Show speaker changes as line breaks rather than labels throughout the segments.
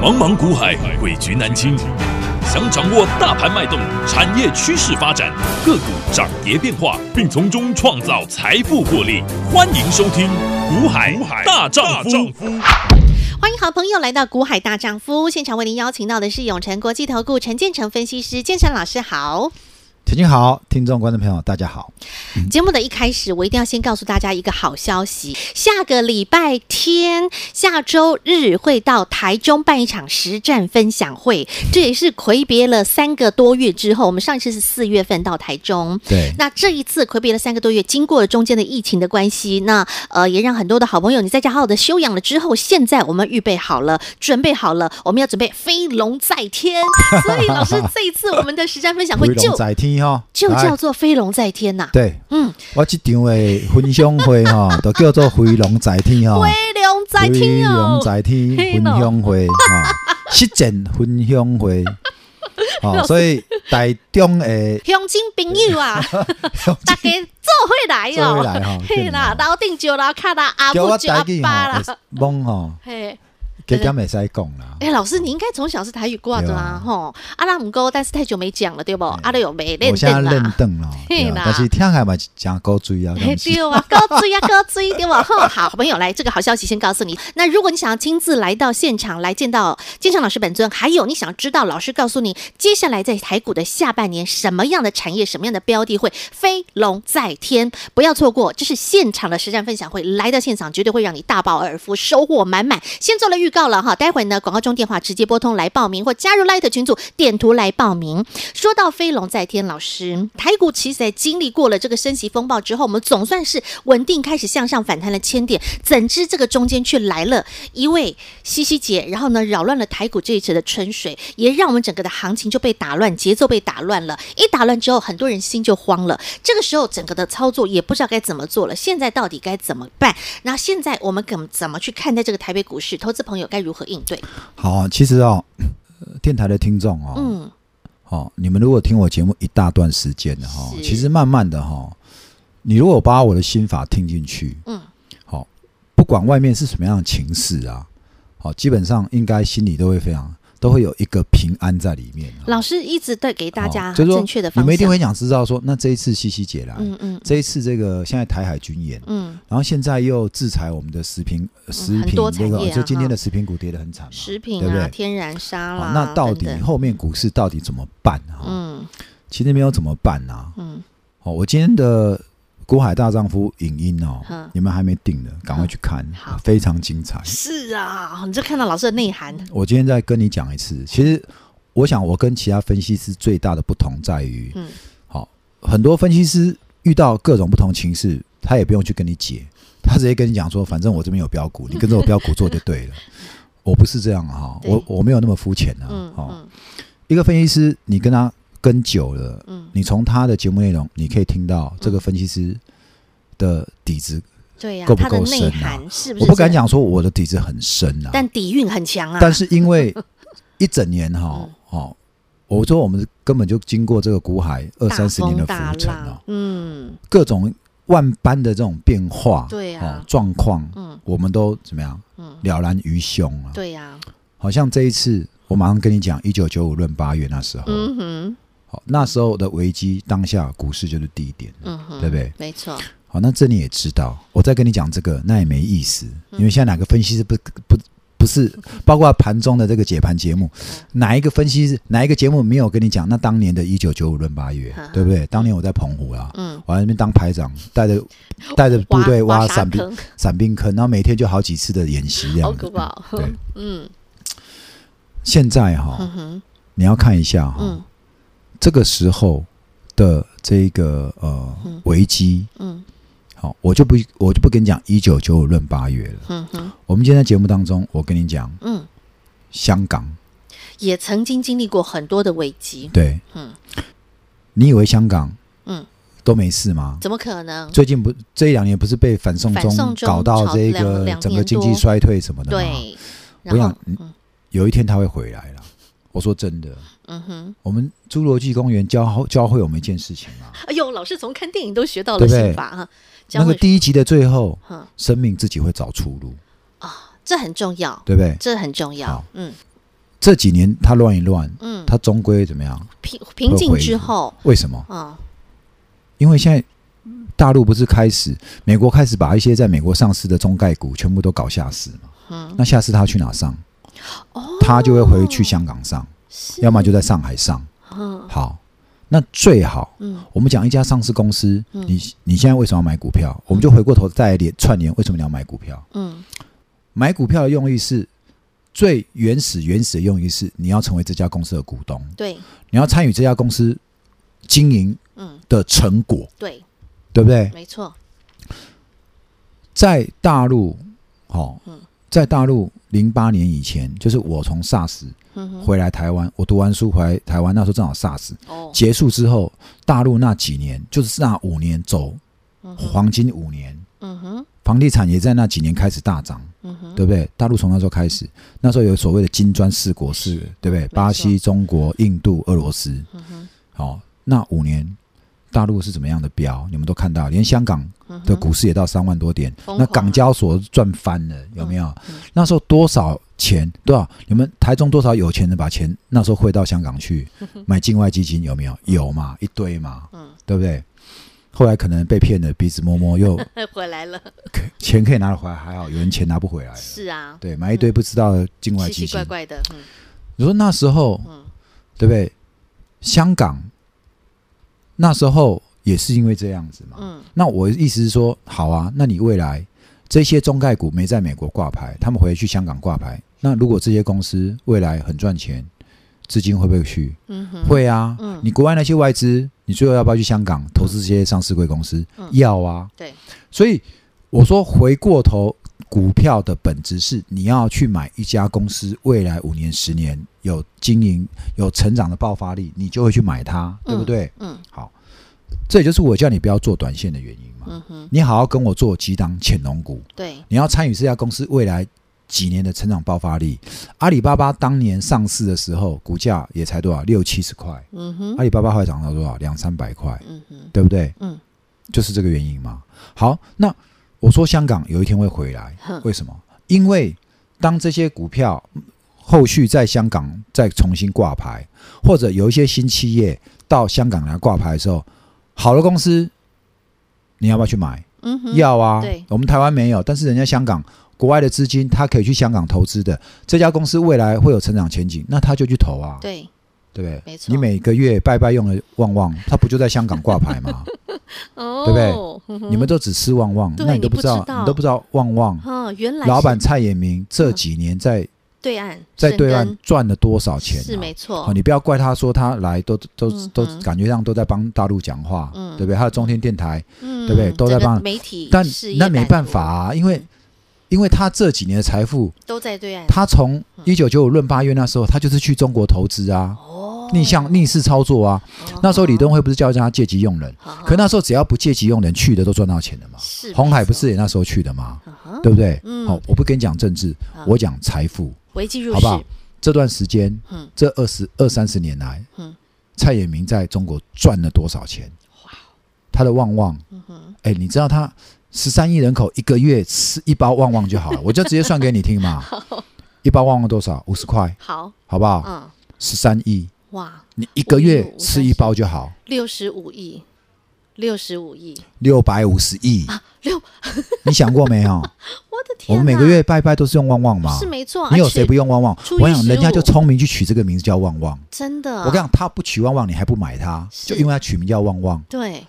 茫茫股海，诡局难清。想掌握大盘脉动、产业趋势发展、个股涨跌变化，并从中创造财富获利，欢迎收听《股海大丈夫》。
欢迎好朋友来到《股海大丈夫》现场，为您邀请到的是永诚国际投顾陈建成分析师，建成老师好。
铁军好，听众观众朋友大家好。
节目的一开始，我一定要先告诉大家一个好消息：下个礼拜天，下周日会到台中办一场实战分享会，这也是魁别了三个多月之后。我们上一次是四月份到台中，
对
那这一次魁别了三个多月，经过了中间的疫情的关系，那呃也让很多的好朋友你在家好好的休养了之后，现在我们预备好了，准备好了，我们要准备飞龙在 天。所以老师，这一次我们的实战分享会
飞龙
就
在天哦，
就
来
叫做飞龙在天呐、
对，
嗯，
我这场的分享 会哈、都叫做飞龙在天哦，
飞龙在
飞
天
龙
哦，
在天
嘿
分
咯
享会啊，实践分享 会哦，所以台中的
乡亲朋友 啊，大家做会来
做
哦，
伙来哈
嘿啦，楼顶酒啦，看啦，阿
叫
母
我哦
酒阿
台语
爸啦
哈，，懵吼，
嘿。
加减袂使讲啦，
哎、老师，你应该从小是台语挂的啦，
对
吼、啊阿拉姆哥，但是太久没讲了，对不？阿拉有没 练
啊嗯我现在
定
认
啦？
凳了，
嘿
对啊
啦
但是听起来嘛是真古锥啊，
嘿
敢是
对啊，高 追啊，高追，对吧？吼，好朋友来，这个好消息先告诉你。那如果你想要亲自来到现场来见到建昌老师本尊，还有你想知道老师告诉你接下来在台股的下半年什么样的产业、什么样的标的会飞龙在天，不要错过，这是现场的实战分享会，来到现场绝对会让你大饱耳福，收获满满。先做了预告了哈，待会呢广告中电话直接拨通来报名，或加入 Light 群组点图来报名。说到飞龙在天，老师，台股其实在经历过了这个升息风暴之后，我们总算是稳定开始向上反弹了千点，怎知这个中间却来了一位西西姐，然后呢扰乱了台股这一次的春水，也让我们整个的行情就被打乱，节奏被打乱了。一打乱之后，很多人心就慌了。这个时候，整个的操作也不知道该怎么做了。现在到底该怎么办？那现在我们怎怎么去看待这个台北股市？投资朋友该如何应对？
好，其实哦，呃电台的听众哦，
嗯，
哦，你们如果听我节目一大段时间的哈，
是
其实慢慢的哈，你如果把我的心法听进去，
嗯，
好、不管外面是什么样的情势啊，好、基本上应该心里都会非常都会有一个平安在里面、哦。
老师一直对给大家
哦就是说
正确的
你
方
们一定
向。
会想知道说，那这一次西西姐来，
嗯嗯
这一次这个现在台海军演，
嗯，
然后现在又制裁我们的食品呃食
很
品
多
这
产
个、
业啊
就今天
哈
的食品股跌得很惨嘛，
食品
对不
啊，
对？
天然沙
好
啦，
那到底
等等
后面股市到底怎么办哈、
嗯
其实没有怎么办呐、
嗯，
哦，我今天的《古海大丈夫》影音
嗯
哦，你们还没订的，赶快去看
好，
非常精彩。
是啊，你就看到老师的内涵，
我今天再跟你讲一次，其实我想我跟其他分析师最大的不同在于，
嗯，
好，很多分析师遇到各种不同情势，他也不用去跟你解，他直接跟你讲说，反正我这边有标股，你跟着我标股做就 对了。我不是这样啊哈、
对
我我没有那么肤浅啊。
嗯
哦，
嗯
一个分析师，你跟他跟久了，
嗯
你从他的节目内容，你可以听到这个分析师的底子。
对呀、
够不
它的
够
内
深啊
涵是不是？
我不敢，讲说我的底子很深啊，
嗯但底蕴很强啊。
但是因 为一整年哈
嗯，
哦，我说我们根本就经过这个股海二
大
三十年
风
的
大
浮沉
浪
哦，
嗯
各种万般的这种变化，
对啊
哦，状况，
嗯
我们都怎么样
嗯，
了然于胸啊？
对呀、
好像这一次，我马上跟你讲，一九九五论八月那时候，
嗯哼，
好，那时候的危机当下，股市就是低点，
嗯哼，
对不对？
没错，
好，那这你也知道，我再跟你讲这个，那也没意思，
嗯
因为现在哪个分析师不不不是，包括盘中的这个解盘节目，
嗯
哪一个分析师哪一个节目没有跟你讲？那当年的一九九五论八月
哈哈，
对不对？当年我在澎湖啦，
嗯，
我在那边当排长，带着带着部队
挖
挖
沙
伞兵
坑，
伞兵坑，然后每天就好几次的演习这
好
样
可
子。
怕哦。
对，
嗯
现在哈、
嗯哼，
你要看一下哈、
嗯
这个时候的这个呃
嗯
危机，
嗯
好、我就不我就不跟你讲一九九五论八月了。
嗯哼，
我们今天在节目当中，我跟你讲，
嗯，
香港，
也曾经经历过很多的危机，
对，
嗯
你以为香港，
嗯，
都没事吗？
怎么可能？
最近不，这一两年不是被反送
反送
中
中
搞到这
炒两
个
两
整个
年
经
多
济衰退什么的，，
对，
我
然后
想有一天他会回来了。我说真的，
嗯哼，
我们侏罗纪公园教教会我们一件事情啊，
哎呦，老师从看电影都学到了
对不对
心法哈，
那个
第
第一集的最后，
哈，
生命自己会找出路，
这很重要，
对不对？
这很重要
好。
嗯
这几年它乱一乱，
嗯，
它终归怎么样？
平平静之后，
为什么？
嗯，
因为现在大陆不是开始，美国开始把一些在美国上市的中概股全部都搞下市嘛？
嗯，
那下市它去哪上？
哦，
它就会回去香港上，
是
要么就在上海上。
嗯
好，那最好
嗯
我们讲一家上市公司，
嗯
你你现在为什么要买股票？我们就回过头再来连串联，为什么你要买股票？
嗯
买股票的用意是最原始原始的用意是你要成为这家公司的股东，
对，
你要参与这家公司经营
嗯
的成果，
对，
对不对？
没错，
在大陆，好、
嗯
在大陆零八年以前，就是我从 SARS
嗯哼，
回来台湾，我读完书回来台湾，那时候正好 SARS
哦，
结束之后，大陆那几年就是那五年走
嗯哼，
黄金五年，
嗯哼，
房地产也在那几年开始大涨，
嗯哼，
对不对？大陆从那时候开始，那时候有所谓的金砖四国是，对不对？
错
巴西、中国、印度、俄罗斯，
嗯哼，
好、那五年大陆是怎么样的标？你们都看到，连香港
嗯哼
的股市也到三万多点，
疯狂
那
啊
港交所赚翻了，有没有？
嗯
那时候多少钱？多少？你们台中多少有钱人把钱那时候汇到香 港去买境外基金，有没有？有嘛，一堆嘛，
嗯
对不对？后来可能被骗了，鼻子摸摸又
回来了，
钱可以拿得回来，还好有人钱拿不回来了，
是啊，
对，买一堆不知道的境外
奇
基
奇
金
怪。怪的，嗯
你说那时候
嗯，
对不对？香港那时候也是因为这样子嘛，
嗯
那我意思是说，好啊，那你未来这些中概股没在美国挂牌，他们回去香港挂牌，那如果这些公司未来很赚钱，资金会不会去？
嗯哼，
会啊，
嗯
你国外那些外资，你最后要不要去香港投资这些上市贵公司？
嗯
要啊，
对，
所以我说回过头。股票的本质是你要去买一家公司，未来五年、十年有经营、有成长的爆发力，你就会去买它，对不对？
嗯
好，这也就是我叫你不要做短线的原因嘛。
嗯哼，
你好好跟我做几档潜龙股，
对，
你要参与这家公司未来几年的成长爆发力。阿里巴巴当年上市的时候，股价也才多少六七十块，
嗯哼，
阿里巴巴后来涨到多少两三百块，
嗯哼，
对不对？
嗯，
就是这个原因嘛。好，那我说香港有一天会回来，
哼
为什么？因为当这些股票嗯后续在香港再重新挂牌，或者有一些新企业到香港来挂牌的时候，好的公司你要不要去买？
嗯哼，
要啊，
对
我们台湾没有，但是人家香港国外的资金，他可以去香港投资的，这家公司未来会有成长前景，那他就去投啊，
对，
对不对？
没错
你每个月拜拜用的旺旺，他不就在香港挂牌吗？
哦，
对不对
不对
你们都只吃旺旺，
对
那你都不知道，
你不知道
你都不知道旺旺
哦，原来
老板
是
蔡衍明这几年在
对岸
在
深
对
耕
岸赚了多少钱、啊？
是没错
哦，，你不要怪他说他来都都
嗯
都
嗯
感觉上都在帮大陆讲话，
嗯
对不对？还有中天电台，
嗯，
对不对都在
整个
帮
媒体
但
事业版
那
图，
没办法啊，因为
嗯
因为他这几年的财富
都在对岸
他从
嗯
一九九五闰八月那时候，他就是去中国投资啊，
哦嗯
逆向逆势操作啊。那时候李，登辉不是叫人家借机用人，
哦
可那时候只要不借机用人，去的都赚到钱的嘛。
是
红海
没
不
错
是也那时候去的吗？
啊哈
对不对？
嗯
好，我不跟你讲政治
好，
我讲财富，
危机入
好
市
不好？这段时间
嗯，
这二十二三十年来
嗯，
蔡衍明在中国赚了多少钱？
哇嗯
他的旺旺，哎，你知道他十三亿人口一个月吃一包旺旺 就好了，我就直接算给你听嘛。一包旺旺多少？五十块，
好，
好不好？
嗯，
十三亿，
哇，
你一个月吃一包就好，
六十五亿，六十五亿，
六百五十亿。
六，
你想过没有？
我的 天，
我们每个。月拜拜都是用旺旺嘛
是。没错，
你有
而且
谁不用旺旺
初？一
我想人家
十五
就聪明去取这个名字叫旺旺。
真的？
我跟你讲，他不取旺旺，你还不买它，
嗯是
就因为他取名叫旺旺。
对，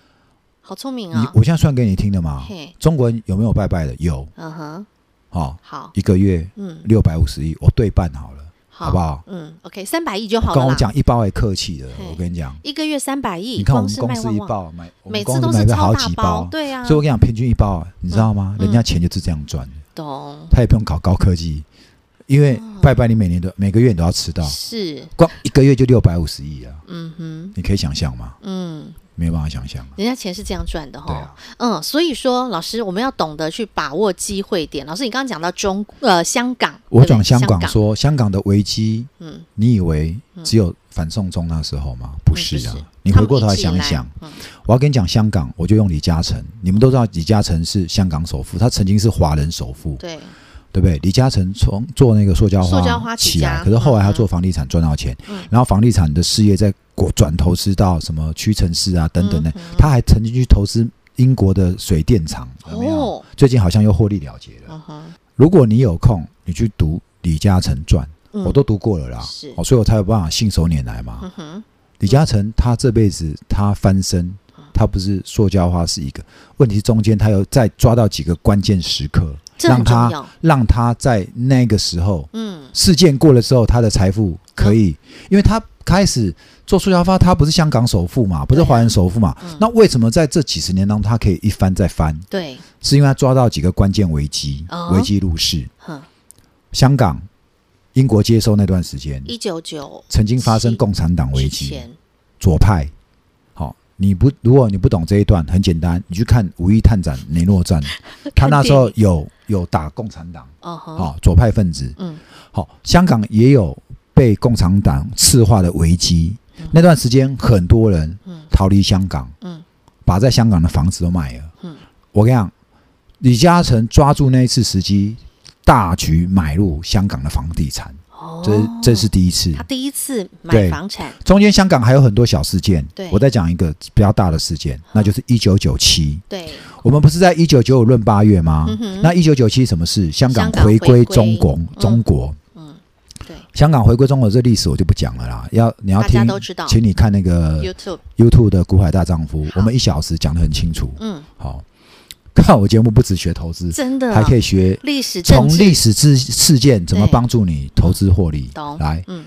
好聪明
你
啊！
我现在算给你听的嘛
嘿。
中国人有没有拜拜的？有
嗯哼，
哦，
好，
一个月
嗯，
六百五十亿，我对半好了，好不好？
嗯，OK，三百亿就好了
跟
啦。
我讲一包还客气的，
嘿
我跟你讲，
一个月三百亿，
你看我
光
们
是
公
卖
司
旺
一
旺，
包买，我们
每
公
次
司
都
买
是
了好
超大
几
包，对啊，嗯
所以我跟你讲，平均一包，你知道吗？人家钱就是这样赚的，
懂
他也不用搞高科技，因为拜拜你每年都每个月你都要吃到，
嗯是，
光一个月就六百五十亿啊，
嗯哼，
你可以想象吗？
嗯，
没有办法想象啊，
人家钱是这样赚的
对
哈
啊。，
嗯，所以说老师，我们要懂得去把握机会点。老师，你刚刚讲到中呃香港，
我
对不对
讲香
港
港说香港的危机，
嗯，
你以为只有反送中那时候吗？不是
不
啊
嗯是，
你回过头来想一想，
他们一直以
我要跟你讲香港，我就用李嘉诚，你们都知道李嘉诚是香港首富，他曾经是华人首富，
来，嗯，对，
对不对？李嘉诚从做那个塑胶
塑胶花
花
起
起
家
来，可是后来他
嗯
做房地产赚到钱，
嗯
然后房地产的事业再过转投资到什么屈臣氏啊等等的，
嗯嗯
他还曾经去投资英国的水电厂，有没有
哦，
最近好像又获利了结了。
嗯哼，
如果你有空，你去读李嘉诚传，
嗯
我都读过了啦
是，
哦，所以我才有办法信手拈来嘛。
嗯哼，嗯
李嘉诚他这辈子他翻身，他不是塑胶化是一个问题，中间他有再抓到几个关键时刻，
这很重
让他
要。
让他在那个时候
嗯
事件过了之后，他的财富可以，因为他开始做塑胶化，他不是香港首富嘛，不是华人首富嘛，
嗯
那为什么在这几十年当中他可以一翻再翻？
对，
是因为他抓到几个关键危机
哦，
危机入市，
哼，
香港、英国接收那段时间，
一九九
曾经发生
七
共产党危
之
机。
前，
左派。好、你不如果你不懂这一段，很简单，你去看《五一探长雷诺 传》，他那时候有有打共产党，
嗯
好、
哼，
左派分子，
嗯，
好、香港也有被共产党赤化的危机，那段时间很多人
嗯
逃离香港，
嗯，
把在香港的房子都卖了，
嗯，
我跟你讲，李嘉诚抓住那一次时机，大举买入香港的房地产，
哦，
这、这是第一次，
他第一次买
对
房产，
中间香港还有很多小事件
对，嗯
我再讲一个比较大的事件，那就是一九九七。
对，
我们不是在一九九五论八月吗？
嗯哼
那一九九七什么事？香港
香港
回
回
归
归
中国，中国。
嗯，对
香港回归中国这历史我就不讲了啦，要你要
大家
听
都知道，
请你看那个
，YouTube，
YouTube 的《股海大丈夫》，
好
我们一小时讲得很清楚。
嗯，
好， 看我节目不只学投资，
真的
还可以学
历史政
从
治
历史事事件怎么
对
帮助你投资获利
懂。
来，
嗯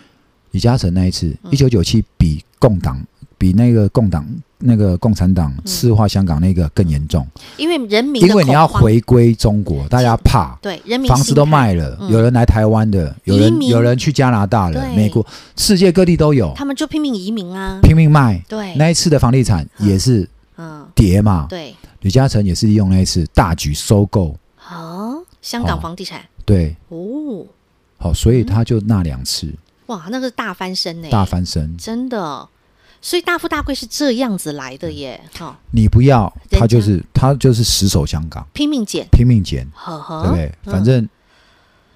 李嘉诚那一次，
嗯
一九九七比共党比那个共党那个共产党赤化香港那个更严重，，
因为人嗯民的
因为你要
恐慌
回归中国，大家怕。
对人民
房子
心
都
态，
卖了，
嗯
有人来台湾的，有
移
人
民
有人去加拿大了
对，
美国，世界各地都有，
他们就拼命移民 啊，
拼命卖。
对，
那一次的房地产
嗯
也是
嗯，
跌嘛，
对，
李嘉诚也是利用那一次大举收购，
好，香港
哦
房地产
对，
哦，
好，所以
嗯
他就那两次
哇，那个大翻身呢，
大翻身，
真的，所以大富大贵是这样子来的耶，
嗯
哈、
你不要，
人家
他就是他就是死守香港，
拼命捡，
拼命捡，
呵
对不
呵，嗯
对？反正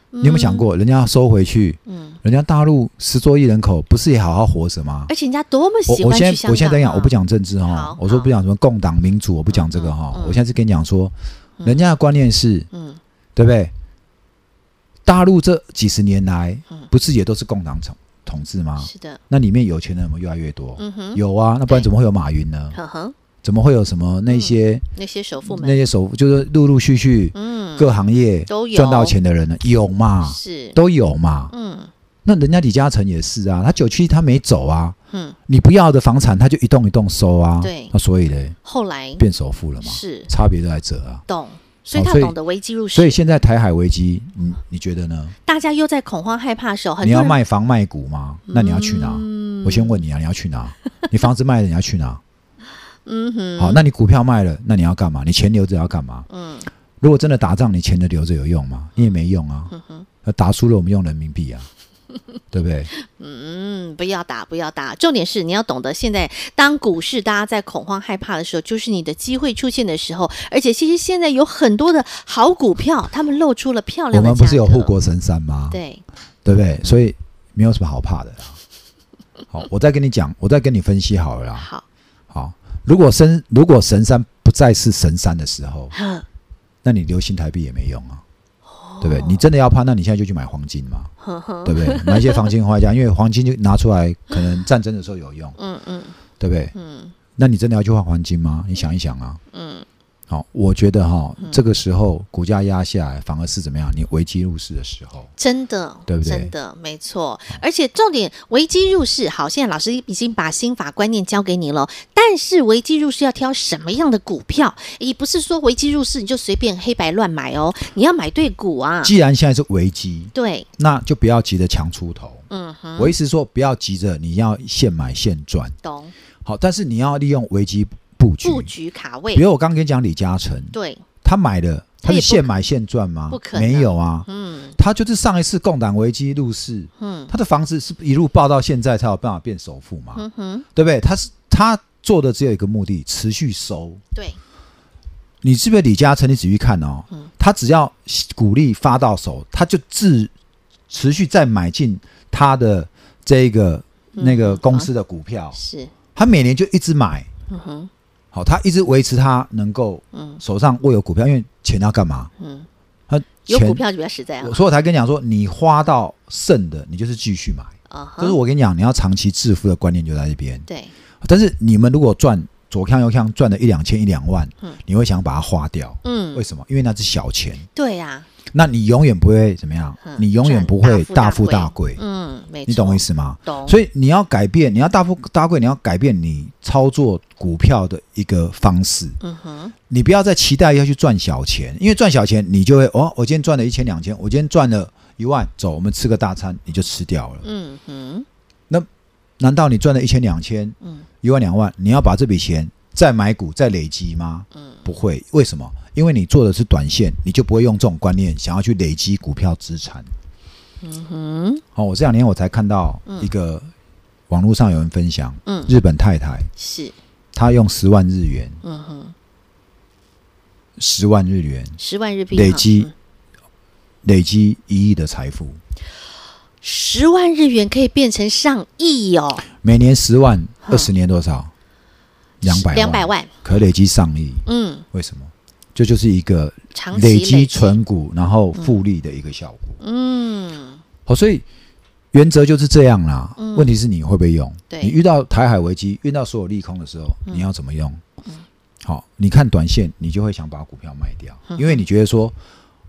你有没有想过，人家收回去，
嗯，
人家大陆十多亿人口，不是也好好活着吗
而？且人家多么
我
喜
我
欢
现
去香
在
港、啊
我现在在讲，我不，讲政治
好
哈，我说
好
不讲什么共党、民主，我不讲这个
嗯
哈
嗯嗯。
我现在是跟你讲说，人家的观念是，
嗯
对不对？大陆这几十年来
嗯，
不是也都是共党统统治吗？
是的，
那里面有钱人有没有越来越多？
嗯哼，
有啊，那不
对
然怎么会有马云呢？
呵呵，
怎么会有什么那些
那些首富们，
那些首富，就是陆陆续续
嗯，
各行业
都有
赚到钱的人呢？有嘛？
是，
都有嘛？
嗯
那人家李嘉诚也是啊，他九七他没走啊，
嗯，
你不要的房产他就一栋一栋收啊，
对
那所以呢，
后来
变首富了嘛，
是
差别就在这啊。
懂，所以
哦
他
所以
懂得危机入
所以
市，
现在台海危机，你你觉得呢？
大家又在恐慌害怕的时候，很
你
多
要
人
卖房卖股吗？那你要去哪？我先问你啊，你要 去哪？你房子卖了，你要去哪？
嗯哼，
好，那你股票卖了，那你要干嘛？你钱留着要干嘛？
嗯
如果真的打仗，你钱的留着有用吗？你也没用啊。
嗯
那打输了，我们用人民 币啊，对不对？
嗯，不要打，不要打。重点是你要懂得，现在当股市大家在恐慌害怕的时候，就是你的机会出现的时候。而且其实现在有很多的好股票，他们露出了漂
我
亮的
们不是有
价格
护国神山吗？
对，
对不对？所以没有什么好怕的啦。好，我再跟你讲，我再跟你分析好了啦。
好，
好，如果神如果神山不再是神山的时候，
呵哦
那你留新台币也没用啊，对不对？你真的要怕，那你现在就去买黄金嘛，
呵呵，
对不对？买一些黄金花家，因为黄金就拿出来，可能战争的时候有用，
嗯嗯
对不对？
嗯
那你真的要去换黄金吗？你想一想啊。
嗯，
好，我觉得哈、这个时候股价压下来，反而是怎么样？你危机入市的时候，
真的，
对不对
真的，没错。而且重点，危机入市。好，现在老师已经把心法观念交给你了，但是危机入市要挑什么样的股票？也不是说危机入市你就随便黑白乱买哦，你要买对股啊。
既然现在是危机，
对，
那就不要急着强出头。
嗯哼，
我意思说，不要急着你要现买现赚，
懂。
好，但是你要利用危机布局。
布局卡位
比，如我刚刚跟你讲李嘉诚，
对，
他买的
他
他
也
是
不
现买现赚吗？
不可能
没有啊，
嗯
他就是上一次共党危机入市，
嗯
他的房子是一路爆到现在才有办法变首富嘛，
嗯哼，
对不对？他是他做的只有一个目的，持续收。
对，
你是不是李嘉诚？你仔细看哦，
嗯
他只要鼓励发到手，他就自持续再买进他的这个
嗯
那个公司的股票，
是，
他每年就一直买，
嗯哼，
好，他一直维持他能够
嗯
手上握有股票，因为钱要干嘛？
嗯，
他
有
钱
股票就比较实在啊
我，所以我才跟你讲说，你花到剩的，你就是继续买。
啊哈
这是我跟你讲，你要长期致富的观念就在这边。
对，
但是你们如果赚左看右看赚了一两千一两万
嗯，
你会想把它花掉，
嗯
为，什么？因为那是小钱，
对呀，
那你永远不会怎么样
嗯，
你永远不会
赚大
大
富
富
大
大贵，
嗯，没错，
你懂我意
思？
思吗？
懂，
所以你要改变，你要大富大贵，你要改变你操作股票的一个方式。
嗯哼，
你不要再期待要去赚小钱，因为赚小钱你就会哦，我今天赚了一千两千，我今天赚了一万，走，我们吃个大餐，你就吃掉了。
嗯哼，
难道你赚了一千两千，
嗯
一万两万，你要把这笔钱再买股再累积吗？
嗯，
不会，为什么？因为你做的是短线，你就不会用这种观念想要去累积股票资产。
嗯哼，
哦，我这两年我才看到一个网络上有人分享，
嗯
日本太太
是，
她用十万日元，
嗯哼，
十万日元
十万日币
累
哈
积
嗯
累积一亿的财富，
十万日元可以变成上亿哦，
每年十万，
嗯
二十年多少？两百
两百，万，
可累积上亿，
嗯，
为什么？这就是一个
长期
累积，存股然后复利的一个效果。
嗯，
好，所以原则就是这样啦。问题是你会不会用？
对嗯
你遇到台海危机，遇到所有利空的时候，你要怎么用？好，你看短线，你就会想把股票卖掉，
嗯
因为你觉得说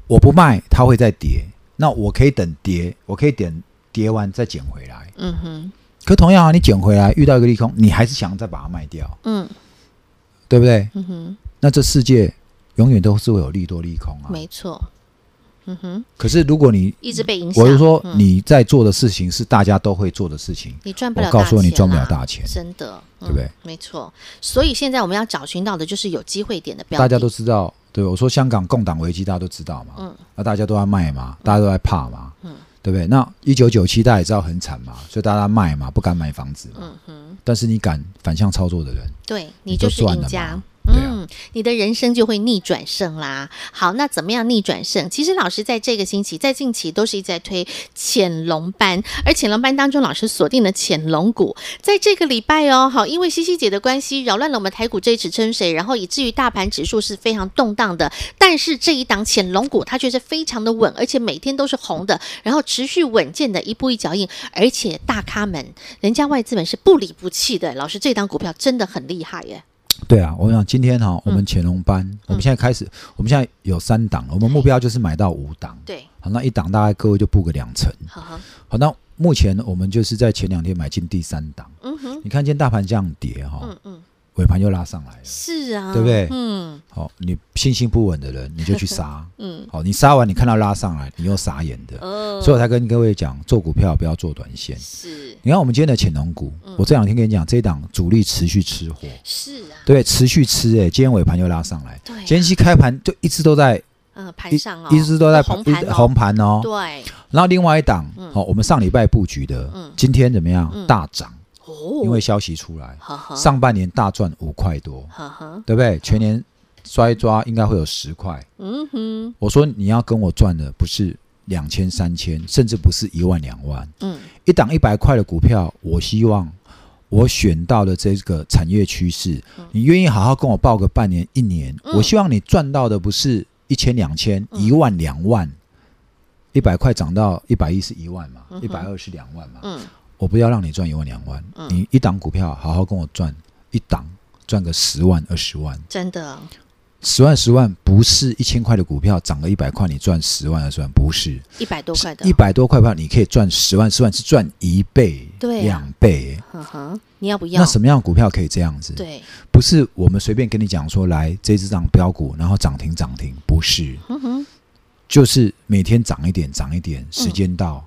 我不卖，它会再跌，那我可以等跌，我可以等跌完再捡回来。
嗯哼，
可同样啊，你捡回来遇到一个利空，你还是想再把它卖掉，
嗯
对不对？
嗯哼，
那这世界永远都是会有利多利空啊。
没错，嗯哼，
可是如果你
一直被影响。
我是说，
嗯
你在做的事情是大家都会做的事情，
你赚不
我
了大
告
钱啦，啊
诉你赚不了大钱。
真的，嗯
对不对？
没错，所以现在我们要找寻到的就是有机会点的标的，
大家都知道，对我说香港共党危机，大家都知道嘛，
嗯
那大家都在卖嘛，大家都在怕嘛，
嗯
对不对？那一九九七大家也知道很惨嘛，所以大家卖嘛，不敢买房子嘛。
嗯哼，
但是你敢反向操作的人，
对
你
就
就是赚
赢
了
家
嘛。。对啊
嗯，你的人生就会逆转胜啦。好，那怎么样逆转胜？其实老师在这个星期，在近期都是一直在推潜龙班，而潜龙班当中，老师锁定了潜龙股，在这个礼拜哦，好，因为西西姐的关系，扰乱了我们台股这一指撑谁，然后以至于大盘指数是非常动荡的。但是这一档潜龙股，它却是非常的稳，而且每天都是红的，然后持续稳健的一步一脚印，而且大咖们，人家外资们是不离不弃的。老师，这档股票真的很厉害耶。
对啊，我想今
嗯
天哈、我们潜龙班，我们现在开始，我们现在有三档了，我们目标就是买到五档。
对，
好，那一档大概各位就布个两成。
呵呵，
好，那目前我们就是在前两天买进第三档。
嗯哼，
你看今天大盘这样跌哈、
嗯嗯，
尾盘又拉上来了。
是啊，
对不对
嗯。
好、你信心不稳的人，你就去杀
嗯，
好、你杀完你看到拉上来，你又傻眼的。
哦，
所以我才跟各位讲，做股票不要做短线。
嗯是
你看我们今天的潜龙股，
嗯
我这两天跟你讲，这一档主力持续吃货，
是啊，
对，持续吃、欸，今天尾盘又拉上来，
对啊
今天一开盘就一直都在，
嗯，
一
盘上哦，
一直都在
红盘
一
哦，
红盘哦。
对，
然后另外一档，好、我们上礼拜布局的，
嗯
今天怎么样？
嗯
大涨，
哦，啊
因为消息出来，
呵呵，
上半年大赚五块多，
呵呵，
对不对？全
啊
年摔抓应该会有十块。
嗯哼，
我说你要跟我赚的不是两千、三千，甚至不是一万、两万，
嗯
一档一百块的股票，我希望我选到的这个产业趋势，你愿意好好跟我报个半年、一年，
嗯
我希望你赚到的不是一千、两千、
嗯
一万、两万，一百块涨到一百一是一万嘛
嗯，哼
一百二是两万嘛，
嗯，
我不要让你赚一万、两万，
嗯
你一档股票好好跟我赚一档。赚个十万二十万，
真的，哦
十万十万不是一千块的股票涨了一百块，你赚十万二十万不是，
一百多块的，哦
一，百多块票你可以赚十万十万是赚一倍，
对啊
两倍。
呵呵，你要不要？
那什么样的股票可以这样子？，
对，
不是我们随便跟你讲说来这只涨标股，然后涨停涨停，不是，
嗯哼，嗯
就是每天涨一点涨一点，时间到，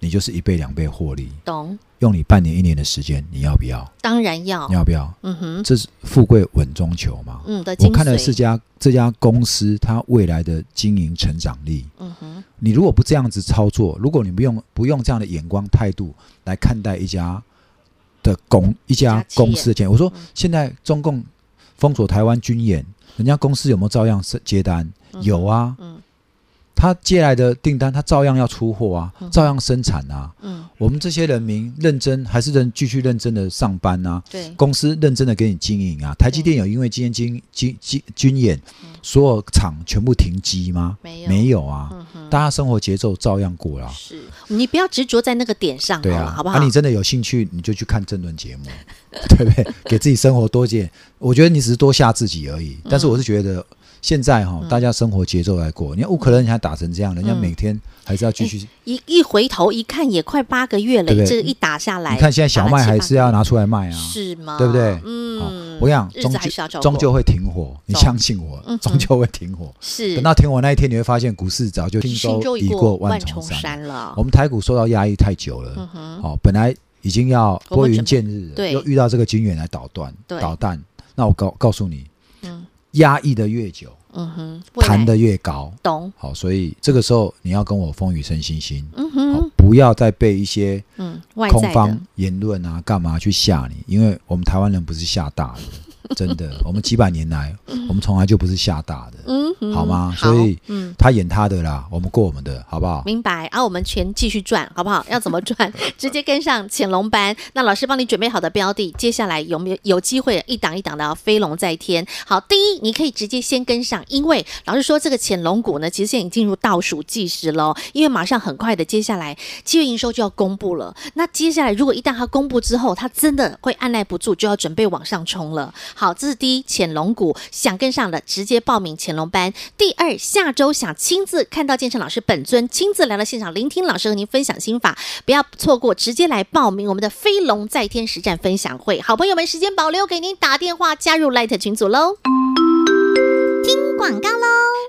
你就是一倍两倍获利，
懂，
用你半年一年的时间，你要不要？
当然要
你，要不要？
嗯哼，
这是富贵稳中求嘛。
嗯的精
我
髓，
看的是家这家公司它未来的经营成长力，
嗯哼，
你如果不这样子操作，如果你不用不用这样的眼光态度来看待一家的公一
家
家
企业
公司的钱，我说
嗯
现在中共封锁台湾军演，人家公司有没有照样是接单？
嗯
有啊，
嗯
他接来的订单他照样要出货啊，
嗯
照样生产啊。
嗯，
我们这些人民认真还是认继续认真的上班啊，
对，
公司认真的给你经营啊。台积电有因为今天经经经军演，所有厂全部停机吗？
嗯没有
没有啊，
嗯哼，
大家生活节奏照样过了啊。
是你不要执着在那个点上好
对
了，
啊，
好不好？
啊，你真的有兴趣，你就去看政论节目， 对不对？给自己生活多一点，我觉得你只是多吓自己而已。
嗯
但是我是觉得现在哈、大家生活节奏来过，你看乌克兰人还打成这样，
嗯
人家每天还是要继续。
一一回头一看，也快八个月了，
对不对
这一打下哎来，
你看现在小麦还是要
打了
拿出来卖
七八个，是吗？
啊对不对好
嗯，
我跟你讲，
日
终
子还是要照
究
顾
终究会停火，你
总
相信我
嗯哼，
终究会停火。
是
等到停火那一天，你会发现股市早就
新
轻
州
舟
已
已
过
过
万
万
重
重山。哦
山了
我。们台股受到压抑太久了，
嗯哼，
好、本来已经要
我们
拨
准
云
备
见日了，
对
又遇到这个金元来捣断
对
捣蛋，那我告告诉你，
嗯
压抑的越久，
嗯哼，未来
弹的越高。
懂，
好，所以这个时候你要跟我风雨生信心，
嗯
好
哼，，
不要再被一些
嗯，外
空
在的
方言论啊干嘛去吓你，因为我们台湾人不是吓大的，真的，我们几百年 来，我们从来就不是吓大的，
嗯哼，
好吗？所以
嗯。
他演他的啦，我们过我们的，好不好？
明白啊，我们全继续赚，好不好？要怎么赚？直接跟上潜龙班。那老师帮你准备好的标的，接下来有没有有机会一档一档的飞龙在天？好，第一，你可以直接先跟上，因为老师说这个潜龙股呢，其实现在已经进入倒数计时喽，因为马上很快的，接下来七月营收就要公布了。那接下来如果一旦它公布之后，它真的会按耐不住，就要准备往上冲了。好，这是第一，潜龙股想跟上的，直接报名潜龙班。第二，下周想亲自看到建成老师本尊，亲自来到现场聆听老师和您分享心法，不要错过，直接来报名我们的飞龙在天实战分享会。好朋友们，时间保留给您打电话加入 Light 群组喽。广告喽，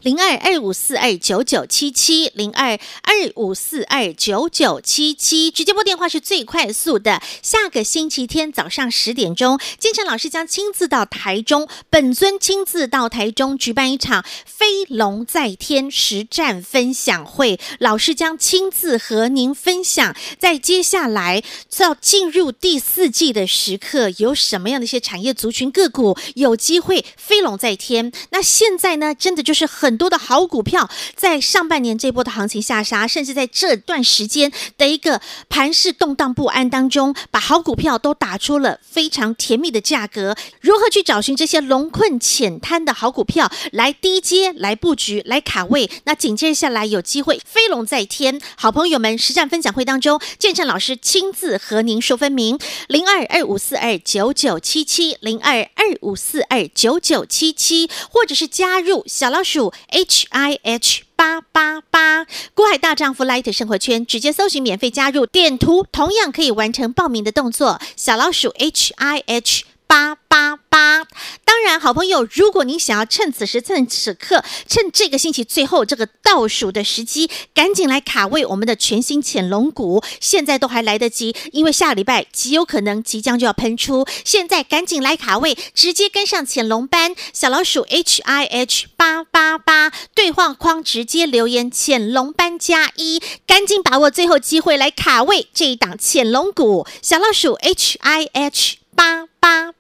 零二二五四二九九七七，零二二五四二九九七七，直接拨电话是最快速的。下个星期天早上十点钟，建成老师将亲自到台中，本尊亲自到台中举办一场“飞龙在天”实战分享会，老师将亲自和您分享，在接下来到进入第四季的时刻，有什么样的一些产业族群个股有机会飞龙在天？那现在呢，真的就是很多的好股票在上半年这波的行情下杀，甚至在这段时间的一个盘势动荡不安当中，把好股票都打出了非常甜蜜的价格。如何去找寻这些龙困浅滩的好股票来低阶来布局来卡位？那紧接下来有机会飞龙在天。好朋友们，实战分享会当中，建成老师亲自和您说分明。零二二五四二九九七七，零二二五四二九九七七，或者是加入小老鼠 H I H。八八八，国海大丈夫 Light 生活圈，直接搜寻免费加入，点图同样可以完成报名的动作。小老鼠 H I H 八八八。当然，好朋友，如果您想要趁此时、趁此刻、趁这个星期最后这个倒数的时机，赶紧来卡位我们的全新潜龙股，现在都还来得及，因为下礼拜极有可能即将就要喷出，现在赶紧来卡位，直接跟上潜龙班小老鼠 H I H 八八八对话框直接留言潜龙班加一，赶紧把握最后机会来卡位这一档潜龙股小老鼠 H I H 八八八。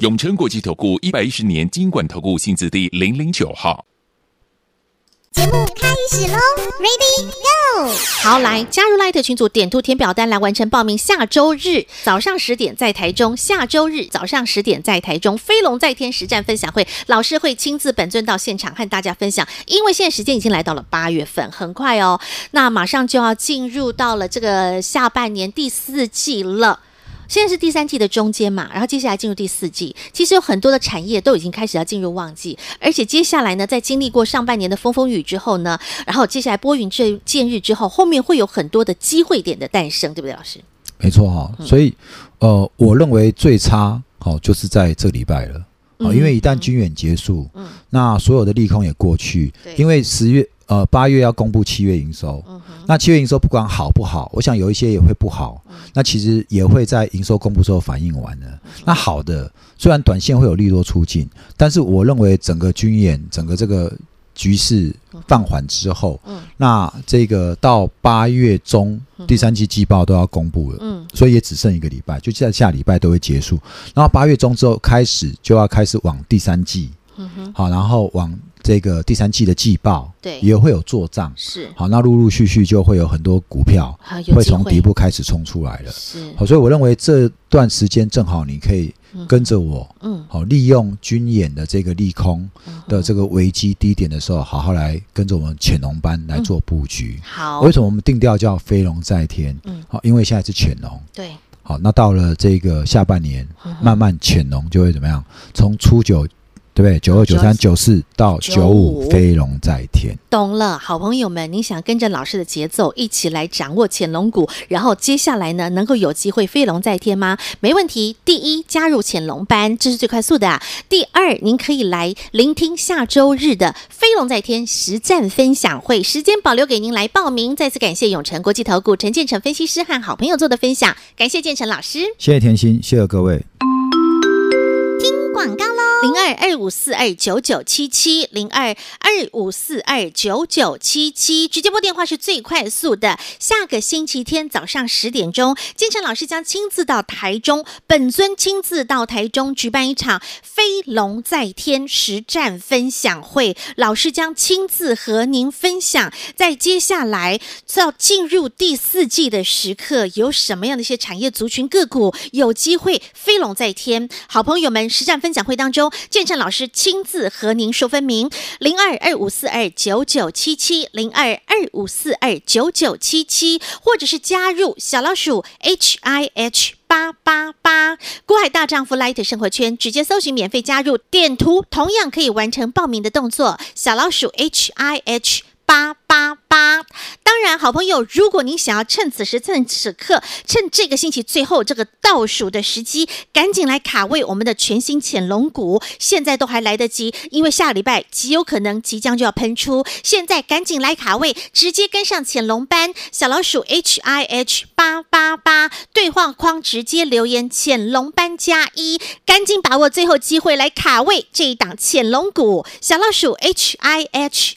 永诚国际投顾一百一十年金管投顾新字第零零九号。
好，来加入 Light 群组，点兔填表单来完成报名。下周日早上十点在台中，下周日早上十点在台中，飞龙在天实战分享会，老师会亲自本尊到现场和大家分享。因为现在时间已经来到了八月份，很快哦，那马上就要进入到了这个下半年第四季了。现在是第三季的中间嘛，然后接下来进入第四季，其实有很多的产业都已经开始要进入旺季，而且接下来呢，在经历过上半年的风风雨之后呢，然后接下来拨云见见日之后，后面会有很多的机会点的诞生，对不对，老师？
没错哈、
嗯
所以呃，我认为最差好、就是在这礼拜了。哦，
嗯
因为一旦军演结束，那所有的利空也过去
对，嗯
因为十月呃八月要公布七月营收，那七月营收不管好不好，我想有一些也会不好，
嗯
那其实也会在营收公布之后反映完了。那好的，虽然短线会有利多出尽，但是我认为整个军演整个这个局势放缓之后，
嗯
那这个到八月中第三季季报都要公布了，
嗯
所以也只剩一个礼拜，就在下礼拜都会结束。然后八月中之后开始就要开始往第三季
嗯哼，
好，然后往这个第三季的季报，
对
也会有做账，
是
好，那陆陆续续就会有很多股票
啊，有
会
机
从
会
底部开始冲出来了。
是，
好，所以我认为这段时间正好你可以跟着我，
嗯
好，利用军演的这个利空的这个危机低点的时候，好好来跟着我们潜龙班来做布局。
嗯好
为，什么我们定调叫飞龙在天？
嗯
好，因为现在是潜龙。
对，
好，那到了这个下半年，
嗯
慢慢潜龙就会怎么样？从初九，对不对？九二、九三、九四到九五，
95
飞龙在天。
懂了，好朋友们，你想跟着老师的节奏一起来掌握潜龙股，然后接下来呢，能够有机会飞龙在天吗？没问题。第一，加入潜龙班，这是最快速的啊、第二，您可以来聆听下周日的飞龙在天实战分享会，时间保留给您来报名。再次感谢永诚国际投顾陈建成分析师和好朋友做的分享，感谢建成老师。
谢谢甜心，谢谢各位。
广告喽，零二二五四二九九七七，零二二五四二九九七七，直接拨电话是最快速的。下个星期天早上十点钟，建成老师将亲自到台中，本尊亲自到台中举办一场“飞龙在天”实战分享会，老师将亲自和您分享，在接下来到进入第四季的时刻，有什么样的一些产业族群个股有机会飞龙在天？好朋友们，实战分享会当中，建成老师亲自和您说分明。零二二五四二九九七七，零二二五四二九九七七，或者是加入小老鼠 H I H。八八八，股海大丈夫 Light 生活圈，直接搜寻免费加入，点图同样可以完成报名的动作。小老鼠 H I H 八八八。当然，好朋友，如果您想要趁此时、趁此刻、趁这个星期最后这个倒数的时机，赶紧来卡位我们的全新潜龙股，现在都还来得及，因为下礼拜极有可能即将就要喷出，现在赶紧来卡位，直接跟上潜龙班小老鼠 H I H 八八八对话框直接留言潜龙班加一，赶紧把握最后机会来卡位这一档潜龙股小老鼠 H I H